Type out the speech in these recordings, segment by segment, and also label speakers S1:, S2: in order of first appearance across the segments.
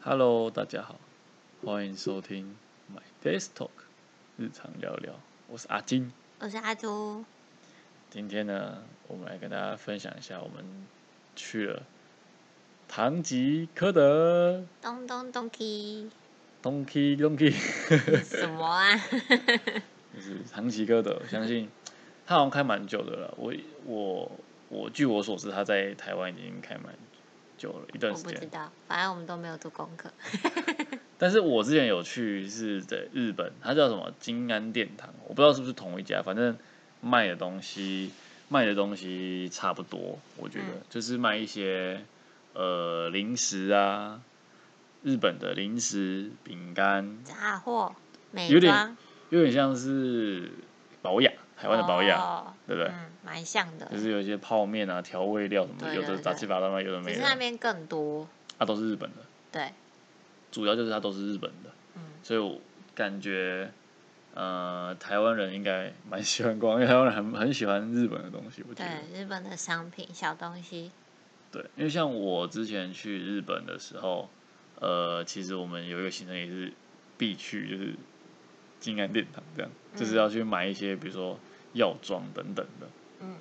S1: Hello，大家好，欢迎收听 My Desk Talk 日常聊聊，我是阿金。
S2: 我是阿朱，
S1: 今天呢，我们来跟大家分享一下我们去了唐吉诃德
S2: 咚咚咚 key，
S1: （Donkey Donkey），
S2: 什么啊？
S1: 就是唐吉诃德。我相信他好像开蛮久的了。我我我据我所知，他在台湾已经开蛮久了一段
S2: 我
S1: 时
S2: 不知
S1: 间。
S2: 道，反正我们都没有做功课。
S1: 但是我之前有去是在日本，它叫什么金安殿堂，我不知道是不是同一家，反正卖的东西卖的东西差不多，我觉得、
S2: 嗯
S1: 就是卖一些呃零食啊，日本的零食饼干，
S2: 杂货、美
S1: 有点
S2: 妆，
S1: 有点像是宝雅，台湾的宝雅，
S2: 哦
S1: 对不对？
S2: 嗯，蛮像的
S1: 就。是有一些泡面啊、调味料什么的，
S2: 对
S1: 有的
S2: 对
S1: 杂
S2: 对
S1: 七八糟的，有的
S2: 只
S1: 没
S2: 是
S1: 的，
S2: 那边更多，
S1: 它都是日本的，
S2: 对，
S1: 主要就是它都是日本的。
S2: 嗯，
S1: 所以我感觉，呃，台湾人应该蛮喜欢逛，因为台湾人很很喜欢日本的东西，我觉得
S2: 对，日本的商品小东西，
S1: 对，因为像我之前去日本的时候，呃，其实我们有一个行程也是必去，就是金安殿堂这样，就是
S2: 嗯
S1: 要去买一些比如说药妆等等的。
S2: 嗯，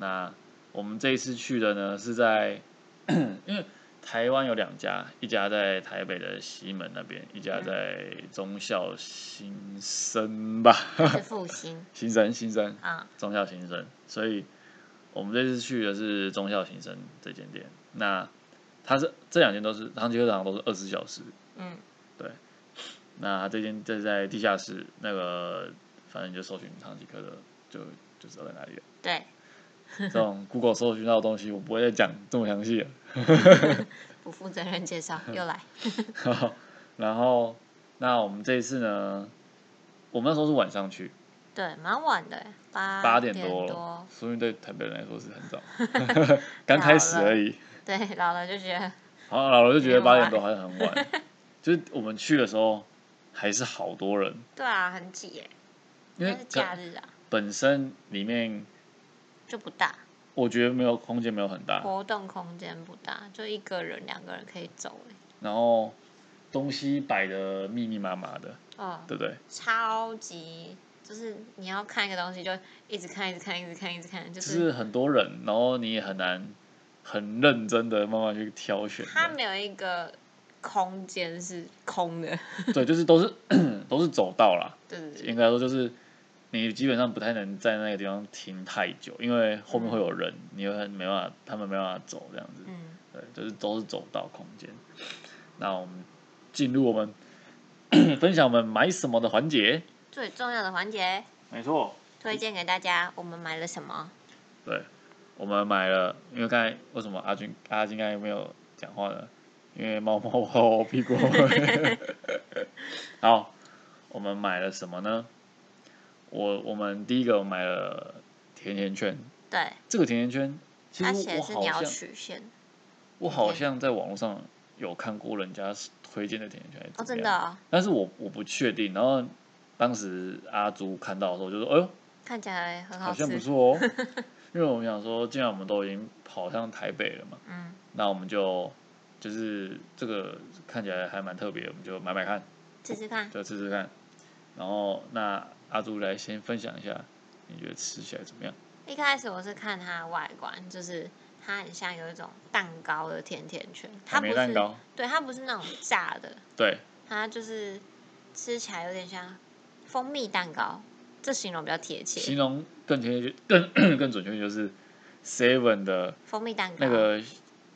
S1: 那我们这一次去的呢是在， 因为台湾有两家，一家在台北的西门那边，一家
S2: 嗯
S1: 在中校新生吧，
S2: 是 复兴
S1: 新生新生
S2: 啊，
S1: 中校新生，所以我们这次去的是中校新生这间店。那它是这两间都是唐吉诃德好像都是二十四小时，
S2: 嗯，
S1: 那它这间这是在地下室，那个反正你就搜寻唐吉诃德就就知道在哪里了。
S2: 对，
S1: 这种 Google 搜寻到的东西，我不会再讲这么详细了。
S2: 不负责任 介绍又来，
S1: 然后，那我们这一次呢，我们那时候是晚上去，
S2: 对，蛮晚的，八
S1: 八
S2: 点
S1: 点多了
S2: 多，，
S1: 所以对台北人来说是很早， 刚开始而已。
S2: 对，老了就觉得
S1: 然后老了就觉得
S2: 没有
S1: 八
S2: 啊
S1: 点多好像很晚， 就是我们去的时候还是好多人，
S2: 对啊，很挤耶，
S1: 因为
S2: 但是
S1: 可
S2: 假日啊，
S1: 本身里面
S2: 就不大，
S1: 我觉得没有空间没有很大，
S2: 活动空间不大，就一个人、两个人可以走欸
S1: 然后东西摆的密密麻麻的，
S2: 哦，
S1: 对不对？
S2: 超级就是你要看一个东西，就一直看、一直看、一直看、一直看，
S1: 就
S2: 就
S1: 是是很多人，然后你也很难很认真的慢慢去挑选这
S2: 它
S1: 样。
S2: 没有一个空间是空的，
S1: 对，就是都是 都是走道啦，
S2: 对对对，
S1: 应该说就是你基本上不太能在那个地方停太久，因为后面会有人，你会很没办法，他们没办法走这样子。
S2: 嗯，
S1: 对，就是都是走道空间。那我们进入我们 分享我们买什么的环节。
S2: 最重要的环节，
S1: 没错，
S2: 推荐给大家，我们买了什么？
S1: 对，我们买了，因为刚才为什么阿军阿金刚才没有讲话呢？因为猫猫跑我屁 股。好，我们买了什么呢？我我们第一个我买了甜甜圈，
S2: 对，
S1: 这个甜甜圈其
S2: 它写
S1: 实
S2: 的
S1: 我
S2: 是
S1: 好
S2: 鸟
S1: 像
S2: 曲线，
S1: 我好像在网络上有看过人家推荐的甜甜圈还是
S2: 哦，
S1: 怎
S2: 真
S1: 么
S2: 的
S1: 样，
S2: 哦、
S1: 但是我我不确定。然后当时阿朱看到的时候就说：“哎呦，
S2: 看起来很
S1: 好
S2: 好
S1: 像不
S2: 吃，
S1: 错哦。” 因为我们想说，既然我们都已经跑上台北了嘛，
S2: 嗯，
S1: 那我们就就是这个看起来还蛮特别，我们就买买看，
S2: 试试看。
S1: 就吃吃看。然后那阿朱来先分享一下，你觉得吃起来怎么样？
S2: 一开始我是看它的外观，就是它很像有一种蛋糕的甜甜圈，它
S1: 草
S2: 不
S1: 莓蛋
S2: 是，
S1: 糕，
S2: 对，它不是那种炸的，
S1: 对，
S2: 它就是吃起来有点像蜂蜜蛋糕，这形容比较贴
S1: 形
S2: 切。
S1: 容更贴 切更更准确就是 Seven 的
S2: 蜂蜜蛋糕，
S1: 那个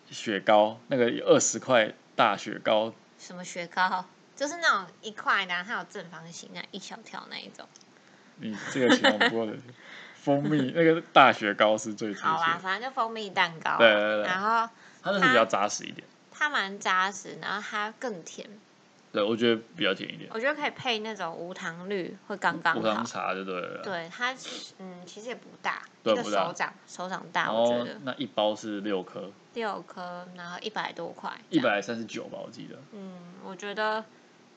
S1: 雪糕，那个二十块大雪糕，
S2: 什么雪糕，就是那种一块的啊，它有正方形那一小条那一种。
S1: 你这个形容不过蜂蜜那个大雪糕是最贴
S2: 好啊啦，
S1: 切，
S2: 反正就蜂蜜蛋糕啊。
S1: 对对对
S2: 然后
S1: 它那是比较扎实一点，
S2: 它蛮扎实，然后它更甜，
S1: 对我觉得比较甜一点，
S2: 我觉得可以配那种无糖绿会刚刚
S1: 无糖
S2: 好。
S1: 茶就对了。，
S2: 对啊它是，嗯，其实也不大，
S1: 对
S2: 一个
S1: 不大哦
S2: 手掌手掌大，
S1: 然
S2: 我觉
S1: 后
S2: 得
S1: 那一包是六颗，
S2: 六颗，然后一百多块，
S1: 一百三十九吧，我记得。
S2: 嗯，我觉得，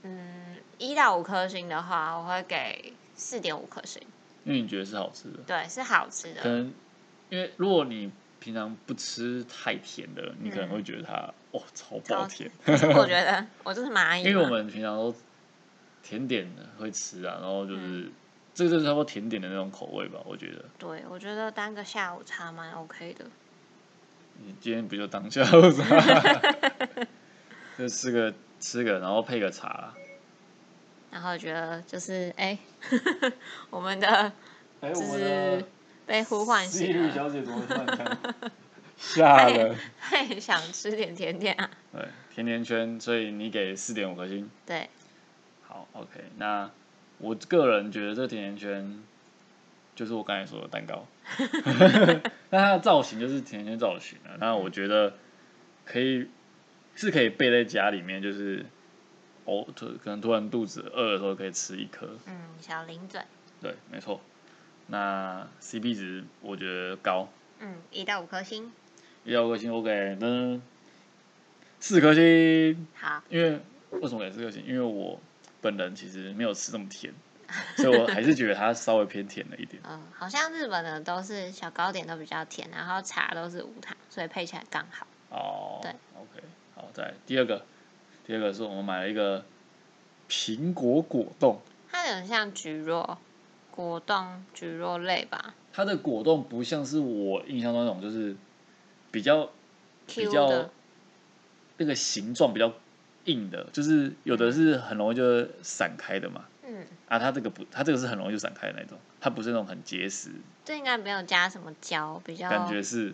S2: 嗯，一到五颗星的话，我会给四点五颗星。
S1: 因为你觉得是好吃的，
S2: 对，是好吃
S1: 可
S2: 的。
S1: 能因为如果你平常不吃太甜的人，你可能会觉得它、哦超爆
S2: 嗯超
S1: 甜，
S2: 可是我觉得我就是蚂蚁 嘛，
S1: 因为我们平常都甜点会吃啊，然后就是、
S2: 嗯
S1: 这个就是差不多甜点的那种口味吧，我觉得。
S2: 对我觉得当个下午茶蛮 OK 的。
S1: 你今天不就当下午茶？就吃个吃个，然后配个茶。
S2: 然后觉得就是哎、 我们的
S1: 哎、
S2: 我的被呼唤
S1: 西
S2: 醒了，
S1: 小姐怎么突然这样 吓了？
S2: 嘿，想吃点甜点啊。
S1: 对，甜甜圈，所以你给四点五颗星。
S2: 对，
S1: 好，OK，那我个人觉得这甜甜圈就是我刚才说的蛋糕，那它的造型就是甜甜圈造型啊。那我觉得可以是可以备在家里面，就是哦，突可能突然肚子饿的时候可以吃一颗。
S2: 嗯，小零嘴，
S1: 对，没错。那 CP 值我觉得高，
S2: 嗯，一到五颗星，
S1: 一到五颗星我给嗯四颗星。
S2: 好，
S1: 因为为什么给四颗星？因为我本人其实没有吃那么甜，所以我还是觉得它稍微偏甜了一点。
S2: 嗯，好像日本的都是小糕点都比较甜，然后茶都是无糖，所以配起来刚好。
S1: 哦，
S2: 对
S1: ，OK，好，再来第二个，第二个是我们买了一个苹果果冻，
S2: 它有点像菊若果冻、菊若类吧
S1: 它的果冻不像是我印象中那种就是比较比
S2: ，Q
S1: 较
S2: 的，
S1: 那个形状比较硬的，就是有的是很容易就散开的嘛。
S2: 嗯，
S1: 啊，它这个不，它这个是很容易就散开的那种，它不是那种很结实，
S2: 这应该没有加什么胶，比较
S1: 感觉是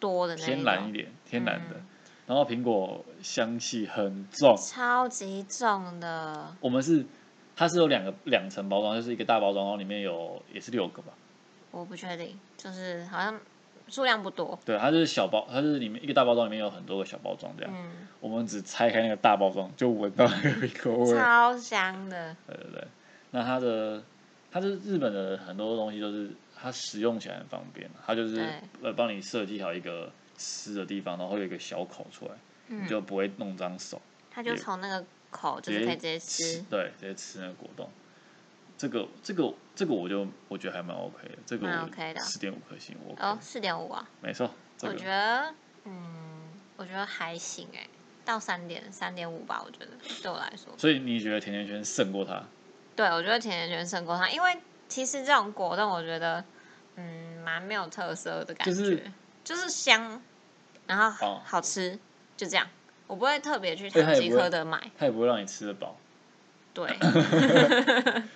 S2: 多的那一
S1: 天然一
S2: 种
S1: 点，天然的
S2: 嗯。
S1: 然后苹果香气很重，
S2: 超级重的，
S1: 我们是它是有两个两层包装，就是一个大包装，然后里面有也是六个吧，
S2: 我不确定，就是好像数量不多，
S1: 对，它就是小包，它是里面一个大包装里面有很多个小包装这样。
S2: 嗯，
S1: 我们只拆开那个大包装，就闻到那个苹果味。
S2: 超香的，
S1: 对对对，那它的它是日本的很多东西都是它使用起来很方便，它就是
S2: 对
S1: 呃帮你设计好一个湿的地方，然后有一个小口出来，你
S2: 嗯，
S1: 就不会弄脏手，
S2: 它就从那个口就是可以直接吃，
S1: 对，直接吃那个果冻。这个这个这个我就我觉得还蛮 OK 的，这个
S2: 蛮
S1: 我
S2: OK 的
S1: 四点五颗星，我 OK，、
S2: 哦，四点五啊，
S1: 没错，这
S2: 我
S1: 个
S2: 觉得，嗯，我觉得还行哎、到三点三点五吧，我觉得对我来说，
S1: 所以你觉得甜甜圈胜过它？
S2: 对我觉得甜甜圈胜过它，因为其实这种果冻我觉得，嗯，蛮没有特色的感
S1: 就
S2: 觉，
S1: 是
S2: 就是香，然后好,、
S1: 哦
S2: 吃，就这样，我不会特别去
S1: 对它
S2: 唐
S1: 也
S2: 吉
S1: 不会
S2: 诃德买，
S1: 它也不会让你吃得饱。
S2: 对，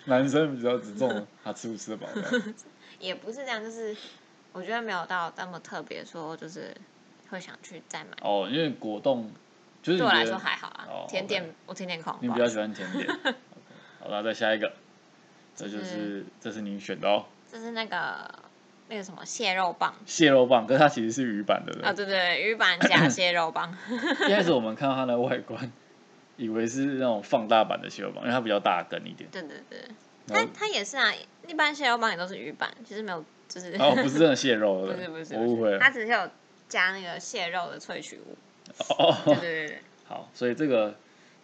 S1: 男生比较只 重他吃不吃得饱这样，
S2: 也不是这样，就是我觉得没有到那么特别，说就是会想去再买。
S1: 哦，因为果冻就是你
S2: 对我
S1: 觉
S2: 来
S1: 得
S2: 说还好啊，
S1: 哦
S2: 甜点、
S1: OK
S2: 我甜点控，
S1: 你
S2: 不
S1: 比较
S2: 好意思
S1: 喜欢甜点。OK，好， 那再下一个，这就是这是你选的哦，
S2: 这是那个那个什么蟹肉棒
S1: 蟹肉棒，可是它其实是鱼板的，对不
S2: 啊，
S1: 对
S2: 对对，鱼 板夹蟹肉棒，
S1: 一开始我们看到它的外观，以为是那种放大版的蟹肉棒，因为它比较大根一点。
S2: 对对对，
S1: 然
S2: 它
S1: 后
S2: 它也是啊，一般蟹肉棒也都是鱼板，其实没有就是，
S1: 然后哦不是真的蟹肉，
S2: 不
S1: 对
S2: 是不
S1: 对
S2: 是，
S1: 我
S2: 不
S1: 误
S2: 是
S1: 会了
S2: 它。只是有加那个蟹肉的萃取物，
S1: 哦
S2: 对
S1: 哦，
S2: 对对对，
S1: 好，所以这个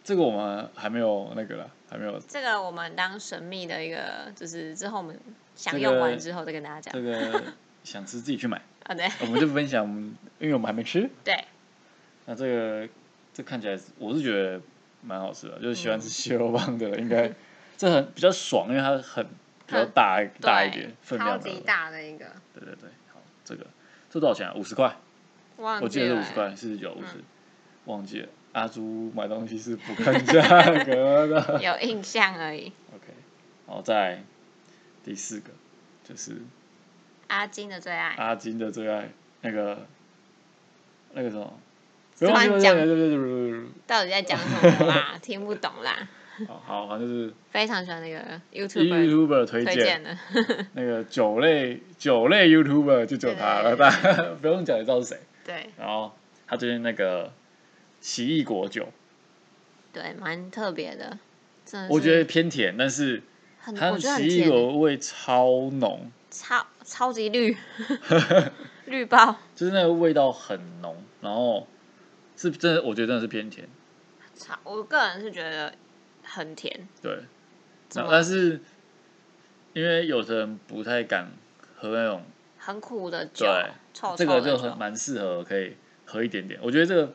S1: 这个我们还没有那个了，还没有
S2: 这个我们当神秘的一个，就是之后我们享
S1: 这
S2: 用
S1: 个
S2: 完之后再跟大
S1: 这
S2: 家讲
S1: 个想吃自己去买，
S2: 啊，对
S1: 我们就分享，因为我们还没吃。
S2: 对，
S1: 那这个这看起来是我是觉得蛮好吃的，就是
S2: 嗯
S1: 喜欢吃蟹肉棒的人应该这很比较爽，因为它很比较大大一点
S2: 对，
S1: 分
S2: 超
S1: 量的，
S2: 级大的一个，
S1: 对对对，好，这个这多少钱啊？五十块。
S2: 忘
S1: 我记得
S2: 记
S1: 是
S2: 了
S1: 五十
S2: 欸，
S1: 块，四十九、五十
S2: 嗯，
S1: 忘记了。阿朱买东西是不看价格的。
S2: 欸有印象而已。
S1: OK，好，再来第四个就是
S2: 阿金的最爱，
S1: 阿金的最爱，那个那个什么，不用
S2: 乱
S1: 不用
S2: 讲
S1: 不用不用不用不用
S2: 到底在讲什么 啦？听不懂啦，
S1: 不用好好，反正就是
S2: 非常喜欢那个 YouTuber
S1: YouTuber 推
S2: 推
S1: 荐
S2: 荐的，
S1: 那个酒类酒类 YouTuber 就只有他了，
S2: 对
S1: 大家 不用讲也知道是谁。
S2: 对
S1: 然后他最近那个奇异果酒，
S2: 对，蛮特别的，真的是
S1: 我觉得偏甜，但是
S2: 很，
S1: 它
S2: 我
S1: 的
S2: 觉得
S1: 奇
S2: 很
S1: 异
S2: 甜欸，
S1: 果味超浓，
S2: 超超 级绿，绿爆，
S1: 就是那个味道很浓，然后是真的，我觉得真的是偏甜，
S2: 超，我个人是觉得很甜，
S1: 对。
S2: 怎
S1: 那
S2: 么
S1: 但是因为有的人不太敢喝那种，
S2: 很苦的酒，
S1: 对，
S2: 臭
S1: 这
S2: 臭
S1: 个
S2: 的
S1: 就很蛮适合可以喝一点点。我觉得这个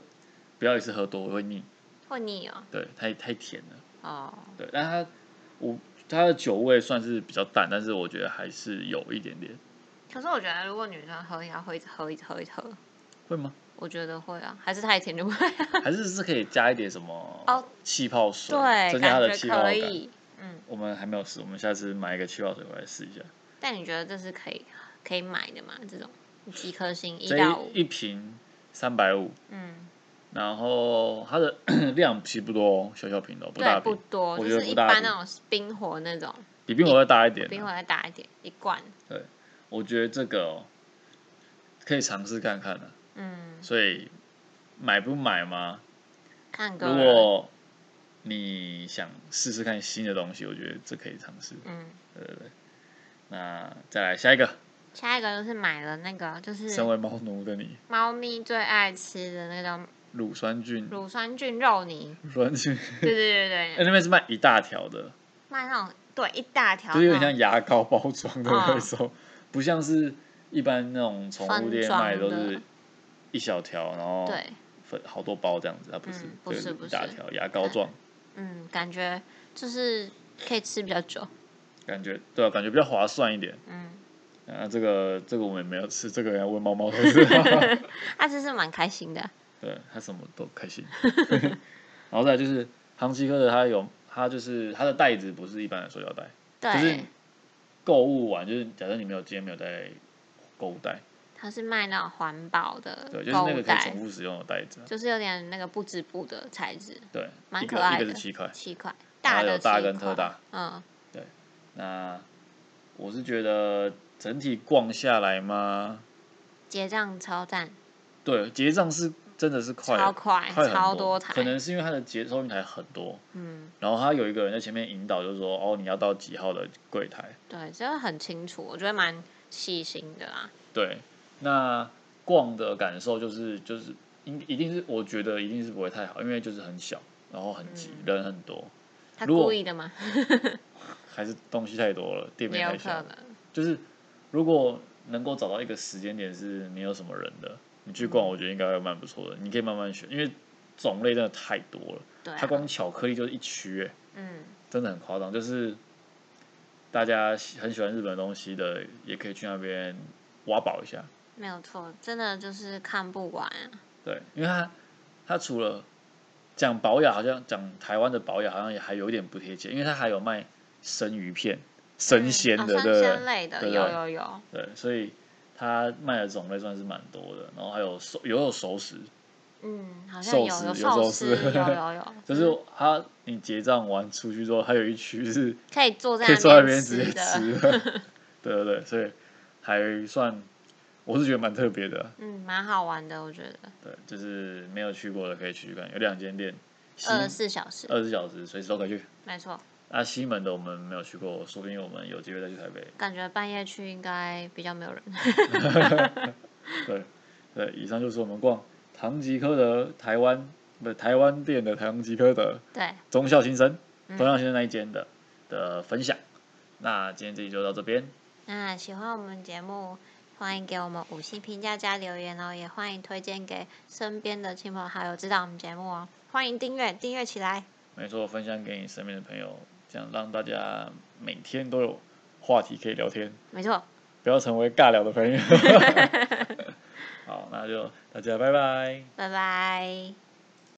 S1: 不要一次喝多，我会腻，
S2: 会腻哦。
S1: 对，太太甜了。
S2: 哦，
S1: 对，但它我它的酒味算是比较淡，但是我觉得还是有一点点，
S2: 可是我觉得如果女生喝要会一直喝一直喝一直喝，
S1: 会 吗？
S2: 我觉得会啊，还是太甜就不会。
S1: 还是是可以加一点什么
S2: 哦
S1: 气泡水，
S2: 对，
S1: 增加它
S2: 感
S1: 的
S2: 觉
S1: 气泡
S2: 可
S1: 感。
S2: 以。嗯，
S1: 我们还没有试，我们下次买一个气泡水回来试一下。
S2: 但你觉得这是可以可以买的吗？这种几颗星一
S1: 这
S2: 到五，
S1: 一一瓶三百五，
S2: 嗯，
S1: 然后它的 量其实不多哦，小小瓶的哦，不大
S2: 对，不
S1: 瓶，
S2: 多，
S1: 我
S2: 就
S1: 觉得
S2: 是
S1: 不
S2: 一
S1: 大
S2: 般
S1: 瓶
S2: 那种冰火那种，
S1: 比冰火要大一点
S2: 冰
S1: 啊、
S2: 火再大一点，一罐，
S1: 我觉得这个、哦、可以尝试看看的、
S2: 嗯，
S1: 所以买不买嘛？
S2: 看个
S1: 如
S2: 人，
S1: 果你想试试看新的东西，我觉得这可以尝试。
S2: 嗯，
S1: 对对对。那再来下一个，
S2: 下一个就是买了那个就是
S1: 身为猫奴的你，
S2: 猫咪最爱吃的那个叫
S1: 乳酸菌，
S2: 乳酸菌 肉泥，
S1: 乳酸 菌，
S2: 对对对
S1: 哎
S2: 对，
S1: 那边是卖一大条的，
S2: 卖那种对一大条
S1: 就是有
S2: 那
S1: 点像
S2: 种，
S1: 牙膏包装的
S2: 嗯
S1: 那种，不像是一般那种宠物店卖
S2: 分
S1: 都
S2: 装的
S1: 是一小条，然后
S2: 对，
S1: 分好多包这样子，它不是
S2: 嗯，
S1: 对
S2: 不是
S1: 一
S2: 不是
S1: 大条牙膏状，
S2: 嗯，感觉就是可以吃比较久，
S1: 感觉对啊，感觉比较划算一点。
S2: 嗯，
S1: 啊，这个这个我们也没有吃，这个要问猫猫才知道。
S2: 它真啊是蛮开心的，
S1: 对它什么都开 心。然后再来就是唐吉诃德，它有它就是它的袋子不是一般的塑料袋，就是
S2: 对，
S1: 购物完就是假设你没有今天没有带购物袋，
S2: 它是卖那种环保的
S1: 对，就是
S2: 购
S1: 那个
S2: 物
S1: 可以
S2: 袋
S1: 重，复使用的袋子啊，
S2: 就是有点那个不织布的材质，
S1: 对，
S2: 蛮
S1: 一个
S2: 可爱
S1: 一个
S2: 的
S1: 是七块。
S2: 七块，
S1: 然后
S2: 大的
S1: 有大
S2: 七
S1: 跟特
S2: 块
S1: 大，
S2: 嗯，
S1: 那我是觉得整体逛下来嘛，
S2: 结账超赞，
S1: 对，结账是真的是快，
S2: 超快，
S1: 快很
S2: 超
S1: 多
S2: 台，
S1: 可能是因为它的结收银台很多，
S2: 嗯，
S1: 然后他有一个人在前面引导，就是说哦，你要到几号的柜台？
S2: 对，这个很清楚，我觉得蛮细心的啦，
S1: 对，那逛的感受就是就是一一定是我觉得一定是不会太好，因为就是很小，然后很挤，
S2: 嗯
S1: 人很多，
S2: 他
S1: 如果
S2: 故意的吗？
S1: 还是东西太多了，店
S2: 也
S1: 面
S2: 有
S1: 太
S2: 可
S1: 小。
S2: 能，
S1: 就是如果能够找到一个时间点是没有什么人的，你去逛，
S2: 嗯
S1: 我觉得应该会蛮不错的。你可以慢慢选，因为种类真的太多了，
S2: 对、
S1: 它
S2: 啊，
S1: 光巧克力就是一区、欸，
S2: 嗯，
S1: 真的很夸张，就是大家喜很喜欢日本东西的，也可以去那边挖宝一下。
S2: 没有错，真的就是看不完啊，
S1: 对，因为它它除了讲保养，好像讲台湾的保养，好像也还有一点不贴切，因为它还有卖生鱼片、生鲜
S2: 嗯
S1: 的，对
S2: 哦
S1: 不
S2: 生
S1: 对
S2: 鲜？类的
S1: 对不
S2: 有
S1: 对
S2: 有有，
S1: 对，所以它卖的种类算是蛮多的，然后还有熟，也有熟食，
S2: 嗯，好像
S1: 寿
S2: 有
S1: 司
S2: 有
S1: 有寿
S2: 寿
S1: 司
S2: 司， 有有有，
S1: 就是
S2: 嗯
S1: 它你结账完出去之后，它有一区是
S2: 可以坐在
S1: 可以坐在那边直接
S2: 吃的，
S1: 吃 的，对对对，所以还算我是觉得蛮特别的啊，
S2: 嗯，蛮好玩的，我觉得，
S1: 对，就是没有去过的可以去去看，有两间店，西
S2: 二十四小时，
S1: 二十四小时随时都可以去。
S2: 没错。
S1: 那西门的我们没有去过，说不定我们有机会再去台北。
S2: 感觉半夜去应该比较没有人。
S1: 对对，以上就是我们逛唐吉诃德台湾不是台湾店的唐吉诃德
S2: 对，
S1: 忠孝新生
S2: 嗯
S1: 忠孝新生那一间的的分享。那今天这集就到这边，
S2: 那喜欢我们节目，欢迎给我们五星评价加留言哦，也欢迎推荐给身边的亲朋好友知道我们节目哦。欢迎订阅，订阅起来。
S1: 没错，分享给你身边的朋友，这样让大家每天都有话题可以聊天，
S2: 没错，
S1: 不要成为尬聊的朋友。好，那就大家拜拜。
S2: 拜拜。